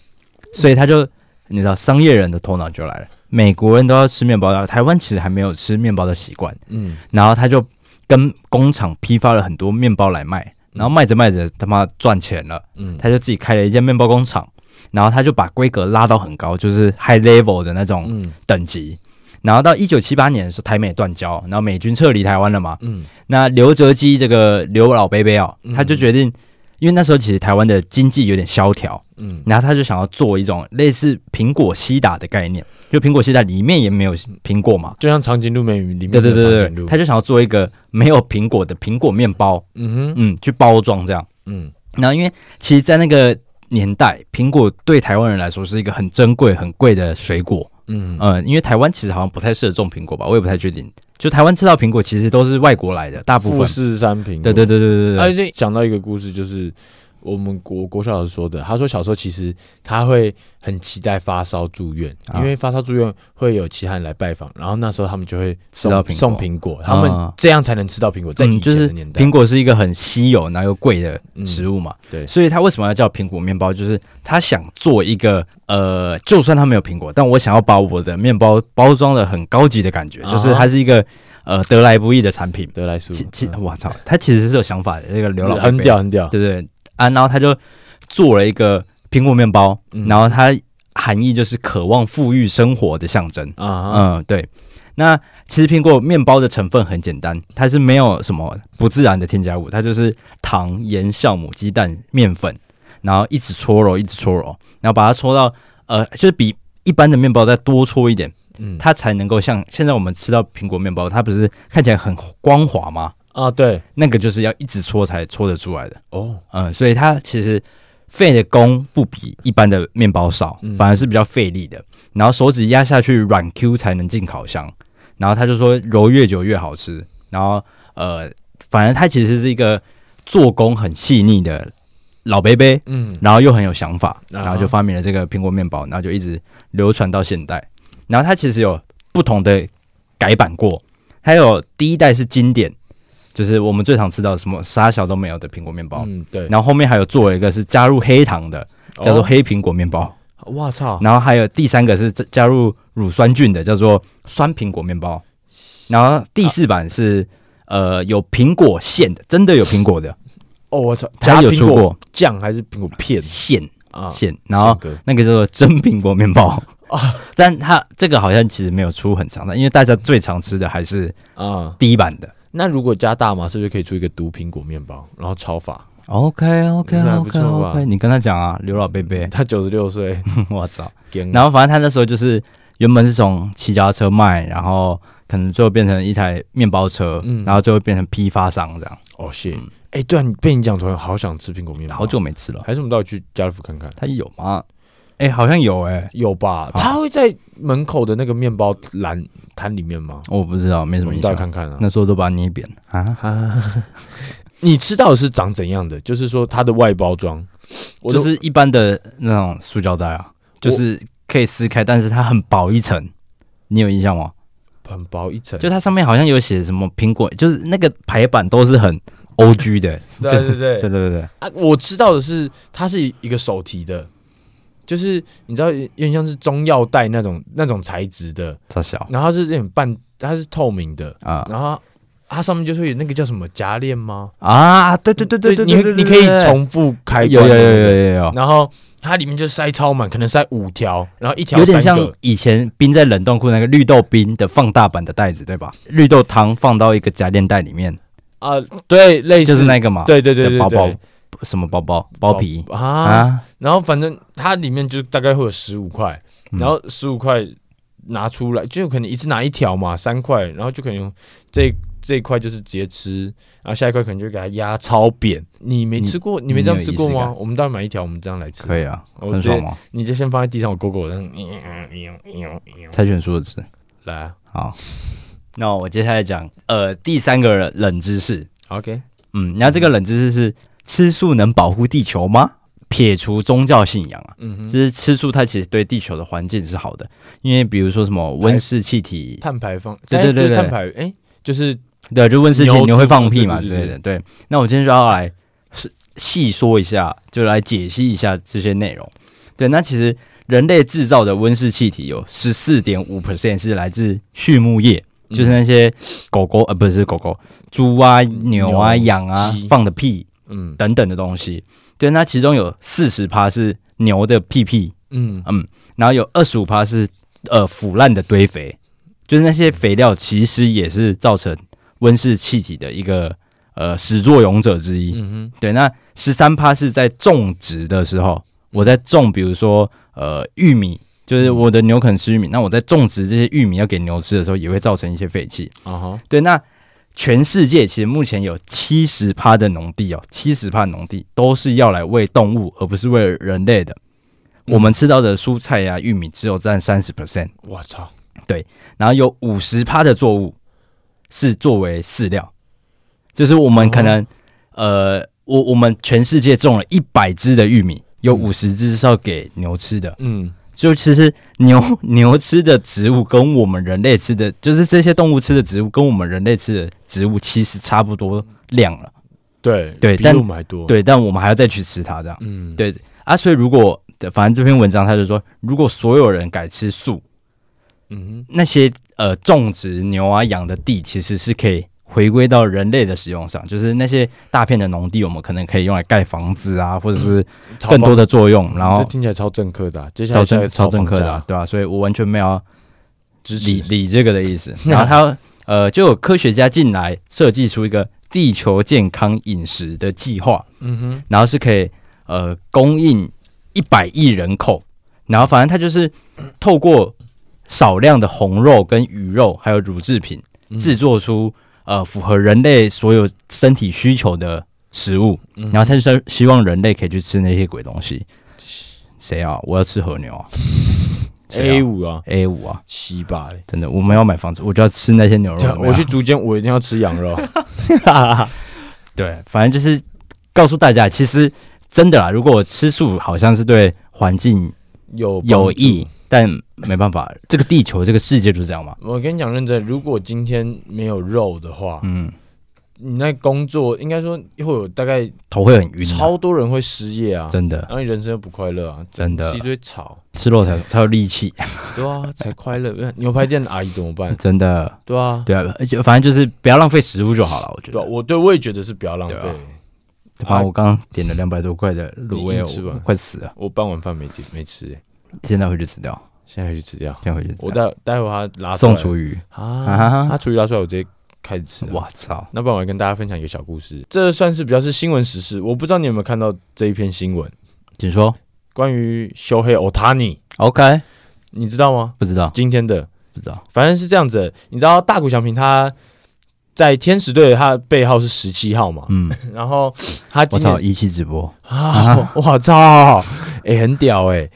Speaker 1: 所以他就你知道商业人的头脑就来了，美国人都要吃面包，然后台湾其实还没有吃面包的习惯。
Speaker 2: 嗯
Speaker 1: 然后他就跟工厂批发了很多面包来卖，然后卖着卖着他妈赚钱了，
Speaker 2: 嗯，
Speaker 1: 他就自己开了一间面包工厂，然后他就把规格拉到很高，就是 high level 的那种
Speaker 2: 嗯
Speaker 1: 等级。然后到一九七八年的时候，台美断交，然后美军撤离台湾了嘛，
Speaker 2: 嗯
Speaker 1: 那刘哲基这个刘老伯伯啊
Speaker 2: 嗯，
Speaker 1: 他就决定，因为那时候其实台湾的经济有点萧条，
Speaker 2: 嗯
Speaker 1: 然后他就想要做一种类似苹果西打的概念，就苹果西打里面也没有苹果嘛，
Speaker 2: 就像长颈鹿美语里面
Speaker 1: 对对
Speaker 2: 的长
Speaker 1: 对
Speaker 2: 颈
Speaker 1: 对，
Speaker 2: 鹿
Speaker 1: 他。就想要做一个没有苹果的苹果面包，
Speaker 2: 嗯哼，
Speaker 1: 嗯，去包装这样。
Speaker 2: 嗯
Speaker 1: 然后因为其实，在那个年代，苹果对台湾人来说是一个很珍贵、很贵的水果。
Speaker 2: 嗯
Speaker 1: 嗯、因为台湾其实好像不太适合种苹果吧，我也不太确定。就台湾吃到苹果其实都是外国来的，大部
Speaker 2: 富
Speaker 1: 分。
Speaker 2: 士山苹果。
Speaker 1: 对对对对对
Speaker 2: 啊，
Speaker 1: 对，
Speaker 2: 就想到一个故事，就是我们国国小老师说的，他说小时候其实他会很期待发烧住院，
Speaker 1: 啊
Speaker 2: 因为发烧住院会有其他人来拜访，然后那时候他们就会
Speaker 1: 吃到苹
Speaker 2: 送
Speaker 1: 果啊
Speaker 2: 送苹果，他们这样才能吃到苹果，在以
Speaker 1: 嗯，就
Speaker 2: 前
Speaker 1: 是
Speaker 2: 的年代，
Speaker 1: 苹果是一个很稀有然后又贵的
Speaker 2: 嗯
Speaker 1: 食物嘛，
Speaker 2: 对
Speaker 1: 所以他为什么要叫苹果面包？就是他想做一个呃，就算他没有苹果，但我想要把我的面包包装的很高级的感觉，
Speaker 2: 啊哈
Speaker 1: 就是它是一个呃得来不易的产品。
Speaker 2: 得来速，
Speaker 1: 其其
Speaker 2: 嗯
Speaker 1: 我操，他其实是有想法的，这个刘老
Speaker 2: 很
Speaker 1: 伯
Speaker 2: 屌，很屌，
Speaker 1: 对不对啊？然后他就做了一个苹果面包，
Speaker 2: 嗯
Speaker 1: 然后它含义就是渴望富裕生活的象征。
Speaker 2: 啊，
Speaker 1: 嗯，对。那其实苹果面包的成分很简单，它是没有什么不自然的添加物，它就是糖、盐、酵母、鸡蛋、面粉，然后一直搓揉，一直搓揉，然后把它搓到呃，就是比一般的面包再多搓一点，
Speaker 2: 嗯
Speaker 1: 它才能够像现在我们吃到苹果面包，它不是看起来很光滑吗？
Speaker 2: 啊，对，
Speaker 1: 那个就是要一直搓才搓得出来的。
Speaker 2: 哦，
Speaker 1: 嗯，所以它其实费的工不比一般的面包少
Speaker 2: 嗯，
Speaker 1: 反而是比较费力的。然后手指压下去软 Q 才能进烤箱。然后他就说揉越久越好吃。然后呃，反正它其实是一个做工很细腻的老伯伯，
Speaker 2: 嗯，
Speaker 1: 然后又很有想法，
Speaker 2: 啊哈
Speaker 1: 然后就发明了这个苹果面包，然后就一直流传到现代。然后它其实有不同的改版过，还有第一代是经典，就是我们最常吃到的什么沙小都没有的苹果面包。
Speaker 2: 嗯，对，
Speaker 1: 然后后面还有做了一个是加入黑糖的，叫做
Speaker 2: 哦，
Speaker 1: 黑苹果面包。
Speaker 2: 我操，
Speaker 1: 然后还有第三个是加入乳酸菌的，叫做酸苹果面包。然后第四版是、呃有苹果馅的，真的有苹果的
Speaker 2: 哦，我操，
Speaker 1: 它
Speaker 2: 加
Speaker 1: 有
Speaker 2: 苹
Speaker 1: 出
Speaker 2: 果
Speaker 1: 过
Speaker 2: 酱还是苹果片
Speaker 1: 馅
Speaker 2: 啊？
Speaker 1: 馅，然后
Speaker 2: 宪哥啊
Speaker 1: 那个叫做真苹果面 包。但它这个好像其实没有出很长的，因为大家最常吃的还是
Speaker 2: 啊，
Speaker 1: 第一版的。
Speaker 2: 那如果加大麻，是不是可以出一个毒苹果面包，然后超法？
Speaker 1: OK OK
Speaker 2: 这还不
Speaker 1: OK
Speaker 2: 错吧
Speaker 1: OK，你跟他讲啊，刘老贝贝，
Speaker 2: 他九十六岁，
Speaker 1: 我操！
Speaker 2: 干
Speaker 1: 然后反正他那时候就是原本是从骑脚踏车卖，然后可能最后变成一台面包车，
Speaker 2: 嗯
Speaker 1: 然后最后变成批发商这样。
Speaker 2: 哦谢，哎，对啊，你被你讲，突然好想吃苹果面包，
Speaker 1: 好久没吃了，
Speaker 2: 还是我们到底去家乐福看看？
Speaker 1: 他有吗？哎、好像有哎、
Speaker 2: 有吧？
Speaker 1: 好
Speaker 2: 他会在门口的那个面包篮摊里面吗？
Speaker 1: 我不知道，没什
Speaker 2: 我
Speaker 1: 么
Speaker 2: 们
Speaker 1: 印
Speaker 2: 到
Speaker 1: 象
Speaker 2: 底。看看啊。
Speaker 1: 那时候都把它捏扁啊！
Speaker 2: 你吃到的是长怎样的？就是说它的外包装，我
Speaker 1: 就
Speaker 2: 都
Speaker 1: 是一般的那种塑胶袋啊，就是可以撕开，但是它很薄一层，你有印象吗？
Speaker 2: 很薄一层，
Speaker 1: 就它上面好像有写什么苹果，就是那个排版都是很 O G 的。
Speaker 2: 对
Speaker 1: 就
Speaker 2: 对对
Speaker 1: 对对对对，
Speaker 2: 啊！我吃到的是它是一个手提的，就是你知道有点像是中药袋那种那种材质的，
Speaker 1: 超小
Speaker 2: 然后它是有点半，它是透明的，
Speaker 1: 啊
Speaker 2: 然后它它上面就是有那个叫什么夹链吗？
Speaker 1: 啊！对对对对对，
Speaker 2: 你
Speaker 1: 对
Speaker 2: 你可以。
Speaker 1: 对对对
Speaker 2: 重复开
Speaker 1: 有
Speaker 2: 关
Speaker 1: 有
Speaker 2: 的那个，
Speaker 1: 有有有有，
Speaker 2: 然后它里面就塞超满，可能塞五条，然后一条
Speaker 1: 有
Speaker 2: 三
Speaker 1: 点像
Speaker 2: 个，
Speaker 1: 以前冰在冷冻库那个绿豆冰的放大版的袋子，对吧？绿豆汤放到一个夹链袋里面，
Speaker 2: 啊，对，类似
Speaker 1: 就是那个嘛，
Speaker 2: 对对对对
Speaker 1: 的
Speaker 2: 对
Speaker 1: 包包什么包包包皮
Speaker 2: 啊，
Speaker 1: 啊，
Speaker 2: 然后反正它里面就大概会有十五块，
Speaker 1: 嗯
Speaker 2: 然后十五块拿出来，就可能一次拿一条嘛，三块，然后就可能用这这一块就是直接吃，然后下一块可能就给它压超扁。你没吃过，你没这样吃过
Speaker 1: 你有意
Speaker 2: 吗
Speaker 1: 识？
Speaker 2: 我们当然买一条，我们这样来吃。
Speaker 1: 可以啊，
Speaker 2: 我
Speaker 1: 很
Speaker 2: 直接
Speaker 1: 爽吗？
Speaker 2: 你就先放在地上，我勾勾，然后嗯嗯嗯嗯嗯
Speaker 1: 猜拳输的值。
Speaker 2: 来啊
Speaker 1: 好，那我接下来讲呃第三个冷知识，
Speaker 2: ，OK，
Speaker 1: 嗯，那这个冷知识是吃素能保护地球吗？撇除宗教信仰啊，
Speaker 2: 嗯
Speaker 1: 就
Speaker 2: 哼，
Speaker 1: 是吃素它其实对地球的环境是好的，因为比如说什么温室气体
Speaker 2: 碳排放，
Speaker 1: 对对对
Speaker 2: 哎不是
Speaker 1: 对
Speaker 2: 碳排，哎，就是
Speaker 1: 对，就问事
Speaker 2: 牛
Speaker 1: 情你会
Speaker 2: 猪
Speaker 1: 放
Speaker 2: 对
Speaker 1: 屁
Speaker 2: 对
Speaker 1: 嘛
Speaker 2: 对
Speaker 1: 之
Speaker 2: 对
Speaker 1: 类的。对，那我今天就要来是细说一下，就来解析一下这些内容。对，那其实人类制造的温室气体有十四点五 percent 是来自畜牧业，就是
Speaker 2: 嗯
Speaker 1: 那些狗狗呃不是狗狗，猪啊、牛啊、
Speaker 2: 牛
Speaker 1: 羊啊
Speaker 2: 鸡
Speaker 1: 放的屁
Speaker 2: 嗯
Speaker 1: 等等的东西。对，那其中有四十趴是牛的屁屁，
Speaker 2: 嗯
Speaker 1: 嗯，然后有二十五趴是呃腐烂的堆肥，就是那些肥料其实也是造成温室气体的一个呃始作俑者之一。
Speaker 2: 嗯
Speaker 1: 对，那十三趴是在种植的时候，我在种，比如说呃玉米，就是我的牛可能吃玉米，那我在种植这些玉米要给牛吃的时候，也会造成一些废气。
Speaker 2: 哼，啊哈，
Speaker 1: 对，那全世界其实目前有七十趴的农地哦，七十趴农地都是要来喂动物，而不是为了人类的。
Speaker 2: 嗯
Speaker 1: 我们吃到的蔬菜呀、玉米只有占三十 percent，
Speaker 2: 我操，
Speaker 1: 然后有五十趴的作物是作为饲料，就是我们可能、
Speaker 2: 哦
Speaker 1: 呃，我我们全世界种了一百只的玉米，有
Speaker 2: 嗯
Speaker 1: 五十只是要给牛吃的，
Speaker 2: 嗯
Speaker 1: 就其实牛 牛吃的植物跟我们人类吃的，就是这些动物吃的植物跟我们人类吃的植物其实差不多量了。
Speaker 2: 对
Speaker 1: 对
Speaker 2: 比
Speaker 1: 但
Speaker 2: 我们还多，，
Speaker 1: 对，但我们还要再去吃它这样。
Speaker 2: 嗯，
Speaker 1: 对啊，所以如果反正这篇文章他就说，如果所有人改吃素，
Speaker 2: 嗯哼。
Speaker 1: 那些呃种植牛啊养的地其实是可以回归到人类的使用上，就是那些大片的农地，我们可能可以用来盖房子啊，或者是
Speaker 2: 炒
Speaker 1: 更多
Speaker 2: 房
Speaker 1: 的作用，然后
Speaker 2: 这听起来超政客的啊、接下
Speaker 1: 超
Speaker 2: 来下一
Speaker 1: 正
Speaker 2: 个
Speaker 1: 超正
Speaker 2: 房
Speaker 1: 课
Speaker 2: 价
Speaker 1: 的啊、对吧、所以我完全没有要
Speaker 2: 支
Speaker 1: 理
Speaker 2: 持
Speaker 1: 理这个的意思。 然后他呃，就有科学家进来设计出一个地球健康饮食的计划，
Speaker 2: 嗯哼，
Speaker 1: 然后是可以呃供应一百亿人口，然后反正它就是透过少量的红肉跟鱼肉还有乳制品
Speaker 2: 嗯
Speaker 1: 制作出呃符合人类所有身体需求的食物，
Speaker 2: 嗯
Speaker 1: 然后他就是希望人类可以去吃那些鬼东 西。谁啊？我要吃和牛啊
Speaker 2: A 五啊，
Speaker 1: ！A 五啊！
Speaker 2: 西吧 嘞。
Speaker 1: 真的，我们要买房子，我就要吃那些牛肉。
Speaker 2: 对啊
Speaker 1: 怎么
Speaker 2: 我
Speaker 1: 样
Speaker 2: 去竹间，我一定 要吃羊肉。
Speaker 1: 对，反正就是告诉大家，其实真的啦，如果我吃素，好像是对环境
Speaker 2: 有帮
Speaker 1: 有
Speaker 2: 助
Speaker 1: 益，但没办法，这个地球这个世界就是这样嘛。
Speaker 2: 我跟你讲，认真，如果今天没有肉的话，
Speaker 1: 嗯，
Speaker 2: 你那工作应该说会有大概
Speaker 1: 头会很晕啊、
Speaker 2: 超多人会失业啊，
Speaker 1: 真的
Speaker 2: 然后你人生又不快乐啊，
Speaker 1: 真的
Speaker 2: 一堆吵，
Speaker 1: 吃肉才才有力气，
Speaker 2: 对啊，才快乐。 牛排店的阿姨怎么 办？
Speaker 1: 真的。
Speaker 2: 对啊，
Speaker 1: 对啊，而且反正就是不要浪费食物就好了，我觉
Speaker 2: 对啊，
Speaker 1: 得。
Speaker 2: 我对我也觉得是不要浪费。
Speaker 1: 对啊反正我刚刚点了两百多块的卤
Speaker 2: 你
Speaker 1: 味，
Speaker 2: 硬吃吧
Speaker 1: 我快死了，
Speaker 2: 我傍晚饭没吃没吃、欸，
Speaker 1: 现在回去吃掉，
Speaker 2: 现在回去吃掉。
Speaker 1: 现在回去吃掉
Speaker 2: 我待待会儿他拉出来
Speaker 1: 送厨余，
Speaker 2: 啊，
Speaker 1: 啊
Speaker 2: 他厨余拉出来，我直接开始吃啊。
Speaker 1: 我操！
Speaker 2: 那不然我来跟大家分享一个小故事，这算是比较是新闻时事。我不知道你有没有看到这一篇新闻，
Speaker 1: 请说
Speaker 2: 关于修黑欧塔尼，
Speaker 1: ，OK？
Speaker 2: 你知道吗？
Speaker 1: 不知道，
Speaker 2: 今天的，
Speaker 1: 不知道，
Speaker 2: 反正是这样子。你知道大谷翔平他在天使队的他的背号是十七号嘛？
Speaker 1: 嗯，
Speaker 2: 然后他
Speaker 1: 我
Speaker 2: 今
Speaker 1: 操，
Speaker 2: 天
Speaker 1: 一期直播，
Speaker 2: 啊，我我操，哎、很屌哎、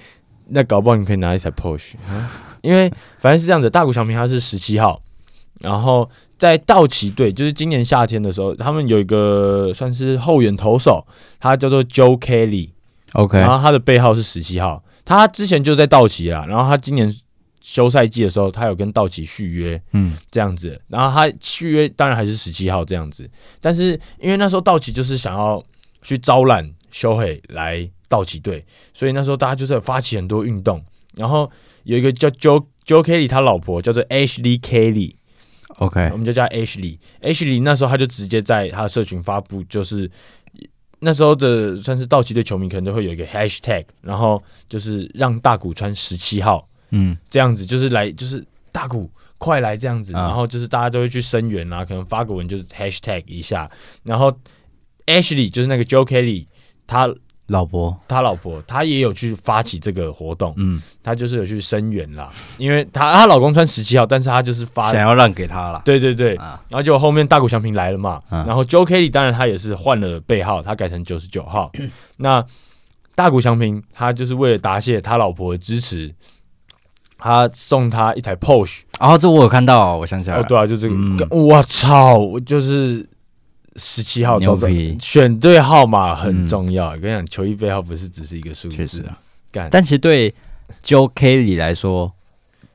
Speaker 2: 那搞不好你可以拿一台 Porsche，、啊、因为反正是这样子。大谷翔平他是十七号，然后在道奇队，就是今年夏天的时候，他们有一个算是后援投手，他叫做 Joe Kelly。
Speaker 1: OK，
Speaker 2: 然后他的背号是十七号，他之前就在道奇啊啦，然后他今年休赛季的时候，他有跟道奇续约
Speaker 1: 嗯，
Speaker 2: 这样子，然后他续约当然还是十七号这样子，但是因为那时候道奇就是想要去招揽修黑来道奇队，所以那时候大家就是有发起很多运动，然后有一个叫 Joe Joe Kelly，他老婆叫做 Ashley Kelly，
Speaker 1: OK，
Speaker 2: 我们就叫 Ashley。Ashley 那时候他就直接在他的社群发布，就是那时候的算是道奇队球迷可能都会有一个 hashtag，然后就是让大谷穿十七号
Speaker 1: 嗯，
Speaker 2: 这样子，就是来就是大谷快来这样子，
Speaker 1: 啊
Speaker 2: 然后就是大家都会去声援啊，可能发个文就是 hashtag 一下，然后 Ashley 就是那个 Joe Kelly，他
Speaker 1: 老婆，
Speaker 2: 他老婆他也有去发起这个活动，
Speaker 1: 嗯，
Speaker 2: 他就是有去声援啦，因为他她老公穿十七号，但是他就是发
Speaker 1: 想要让给他了，
Speaker 2: 对对对，
Speaker 1: 啊
Speaker 2: 然后就后面大谷翔平来了嘛，
Speaker 1: 嗯
Speaker 2: 然后 Joe Kelly 当然他也是换了背号，他改成九十九号。
Speaker 1: 嗯
Speaker 2: 那大谷翔平他就是为了答谢他老婆的支持，他送他一台 Porsche。
Speaker 1: 哦，这我有看到，我想起来
Speaker 2: 哦，
Speaker 1: 了，
Speaker 2: 对啊，就这个
Speaker 1: 嗯，
Speaker 2: 我、操，我就是十七号，
Speaker 1: 牛
Speaker 2: 早早
Speaker 1: 皮
Speaker 2: 选对号码很重要。跟你讲，球衣背号不是只是一个数字，
Speaker 1: 确实啊，
Speaker 2: 干
Speaker 1: 但其实对 Joe Kelly 来说，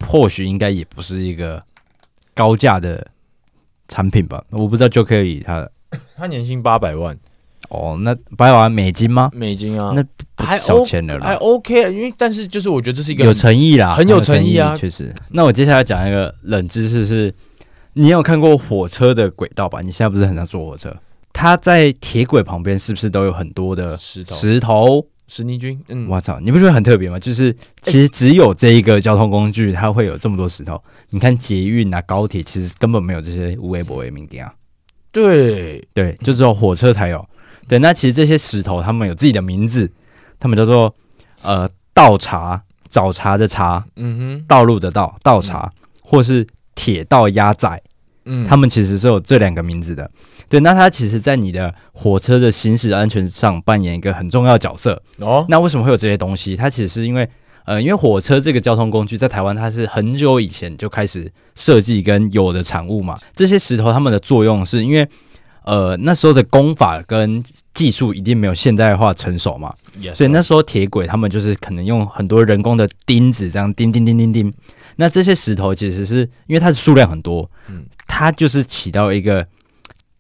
Speaker 1: 或许应该也不是一个高价的产品吧？我不知道 Joe Kelly 他
Speaker 2: 他年薪八百万
Speaker 1: 哦，那百万美金吗？
Speaker 2: 美金啊，
Speaker 1: 那不
Speaker 2: 还
Speaker 1: 小
Speaker 2: O
Speaker 1: 钱了啦
Speaker 2: 还 OK，因为但是就是我觉得这是一个
Speaker 1: 有诚意啦，
Speaker 2: 很有诚意啊
Speaker 1: 确实。那我接下来讲一个冷知识是，你有看过火车的轨道吧？你现在不是很常坐火车？它在铁轨旁边是不是都有很多的
Speaker 2: 石头
Speaker 1: 石头？
Speaker 2: 石泥君，嗯，
Speaker 1: 我操，你不觉得很特别吗？就是其实只有这一个交通工具，它会有这么多石头。你看捷运啊、高铁，其实根本没有这些无微不微名啊。
Speaker 2: 对，
Speaker 1: 对，就只有火车才有。对，那其实这些石头，他们有自己的名字，他们叫做呃倒茶，早茶的茶，
Speaker 2: 嗯
Speaker 1: 道路的道道茶，或是铁道压载，
Speaker 2: 哼，嗯，
Speaker 1: 他们其实是有这两个名字的。对，那它其实，在你的火车的行驶安全上扮演一个很重要的角色。
Speaker 2: 哦，
Speaker 1: 那为什么会有这些东西？它其实是因为，呃，因为火车这个交通工具在台湾，它是很久以前就开始设计跟有的产物嘛。这些石头它们的作用是因为，呃，那时候的工法跟技术一定没有现代化成熟嘛，
Speaker 2: 也
Speaker 1: 所以那时候铁轨他们就是可能用很多人工的钉子这样钉钉钉钉钉。那这些石头其实是因为它的数量很多，
Speaker 2: 嗯
Speaker 1: 它就是起到一个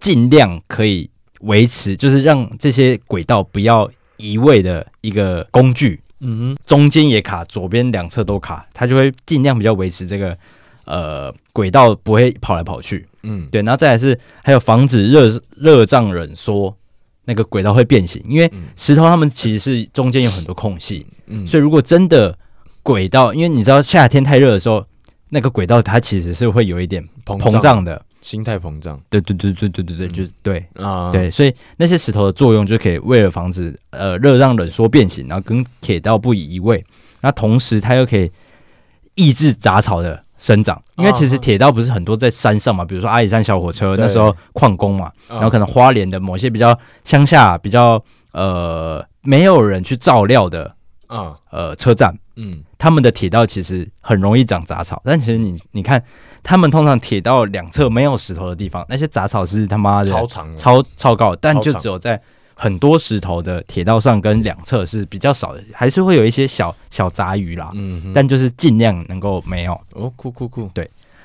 Speaker 1: 尽量可以维持，就是让这些轨道不要移位的一个工具，
Speaker 2: 嗯
Speaker 1: 中间也卡，左边两侧都卡，它就会尽量比较维持这个呃轨道不会跑来跑去。
Speaker 2: 哼，嗯，
Speaker 1: 对，然后再来是还有防止热热胀冷缩，那个轨道会变形，因为
Speaker 2: 嗯
Speaker 1: 石头它们其实是中间有很多空隙，
Speaker 2: 嗯，
Speaker 1: 所以如果真的轨道，因为你知道夏天太热的时候，那个轨道它其实是会有一点
Speaker 2: 以膨
Speaker 1: 膨胀的，嗯
Speaker 2: 心态膨胀
Speaker 1: 对对对对对对对，就是对。
Speaker 2: 啊，，
Speaker 1: 对，所以那些石头的作用就可以为了防止呃热胀冷缩变形，然后跟铁道不移位，那同时它又可以抑制杂草的生长，因为其实
Speaker 2: 啊
Speaker 1: 铁道不是很多在山上嘛，比如说阿里山小火车
Speaker 2: 对
Speaker 1: 那时候矿工嘛，
Speaker 2: 然
Speaker 1: 然后可能花莲的某些比较乡下、比较呃没有人去照料的
Speaker 2: 能啊，
Speaker 1: 呃车站，
Speaker 2: 嗯，
Speaker 1: 他们的铁道其实很容易长杂草，但其实你你看，他们通常铁道两侧没有石头的地方，那些杂草是他妈的
Speaker 2: 超长，
Speaker 1: 超超高，但
Speaker 2: 嗯超
Speaker 1: 就
Speaker 2: 长
Speaker 1: 只有在很多石头的铁道上跟两侧是比较少的，还是会有一些小小杂鱼啦，
Speaker 2: 嗯哼，
Speaker 1: 但就是尽量能够没有。
Speaker 2: 哦，酷酷酷，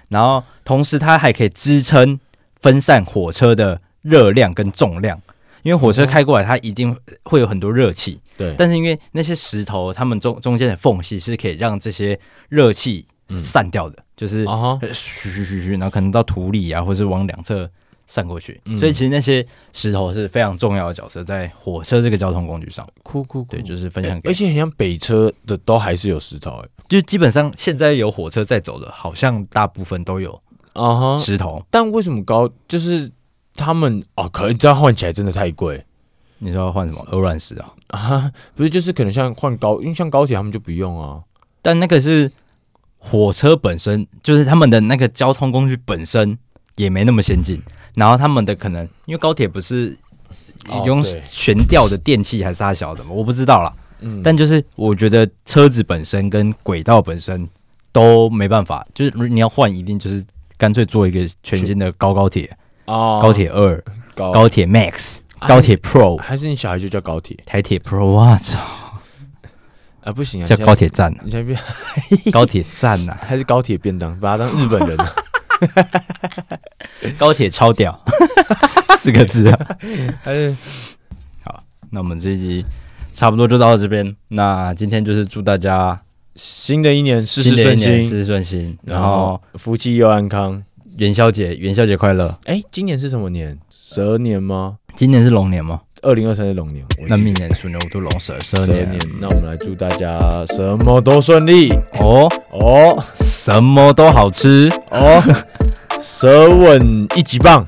Speaker 1: 然后同时它还可以支撑分散火车的热量跟重量，因为火
Speaker 2: 嗯
Speaker 1: 车开过来它一定会有很多热气，
Speaker 2: 对，
Speaker 1: 但是因为那些石头它们中中间的缝隙是可以让这些热气
Speaker 2: 嗯
Speaker 1: 散掉的，就是
Speaker 2: 啊哈，
Speaker 1: 呃嘘嘘嘘嘘，然后可能到土里啊，或是往两侧散过去，
Speaker 2: 嗯
Speaker 1: 所以其实那些石头是非常重要的角色在火车这个交通工具上。
Speaker 2: 酷酷酷
Speaker 1: 对，，就是分享给
Speaker 2: 哦哎而，且很像北车的都还是有石头哎，
Speaker 1: 就基本上现在有火车在走的，好像大部分都有
Speaker 2: 啊哈，
Speaker 1: 石头。
Speaker 2: 但为什么高就是他们哦，可能这样换起来真的太贵
Speaker 1: 你说要换什么鹅卵石啊？
Speaker 2: 啊，不是就是可能像换高，因为像高铁他们就不用啊，
Speaker 1: 但那个是火车本身，就是他们的那个交通工具本身也没那么先进，然后他们的可能因为高铁不是
Speaker 2: 哦
Speaker 1: 用
Speaker 2: 对
Speaker 1: 悬吊的电器还是啥小的嘛，我不知道啦。
Speaker 2: 嗯，
Speaker 1: 但就是我觉得车子本身跟轨道本身都没办法，就是如你要换，一定就是干脆做一个全新的高高铁、
Speaker 2: 啊
Speaker 1: 高铁二、
Speaker 2: 高
Speaker 1: 高铁 Max、高
Speaker 2: 哎
Speaker 1: 铁 Pro、
Speaker 2: 还是你小孩就叫高铁
Speaker 1: 台铁 Pro，我操，
Speaker 2: 啊？不行啊，
Speaker 1: 叫
Speaker 2: 你现在
Speaker 1: 高，铁站、 啊、
Speaker 2: 你现在变
Speaker 1: 高铁站啊呐、
Speaker 2: 还是高铁便当，把它当日本人
Speaker 1: 高铁超屌， 四个字啊。
Speaker 2: 还是
Speaker 1: 那我们这一集差不多就到这边。那今天就是祝大家
Speaker 2: 新的一年事
Speaker 1: 新
Speaker 2: 事
Speaker 1: 的一
Speaker 2: 顺
Speaker 1: 年事
Speaker 2: 心，
Speaker 1: 事顺心，然后
Speaker 2: 夫妻又安康。
Speaker 1: 元宵节元宵节快乐。
Speaker 2: 哎，今年是什么年？蛇年吗？
Speaker 1: 今年是龙年吗？
Speaker 2: 二零二三是龙年，我
Speaker 1: 那明年鼠牛兔龙蛇蛇
Speaker 2: 蛇
Speaker 1: 年
Speaker 2: 年。那我们来祝大家什么都顺利
Speaker 1: 哦，
Speaker 2: 哦
Speaker 1: 什么都好吃。
Speaker 2: 哦，蛇吻一级棒。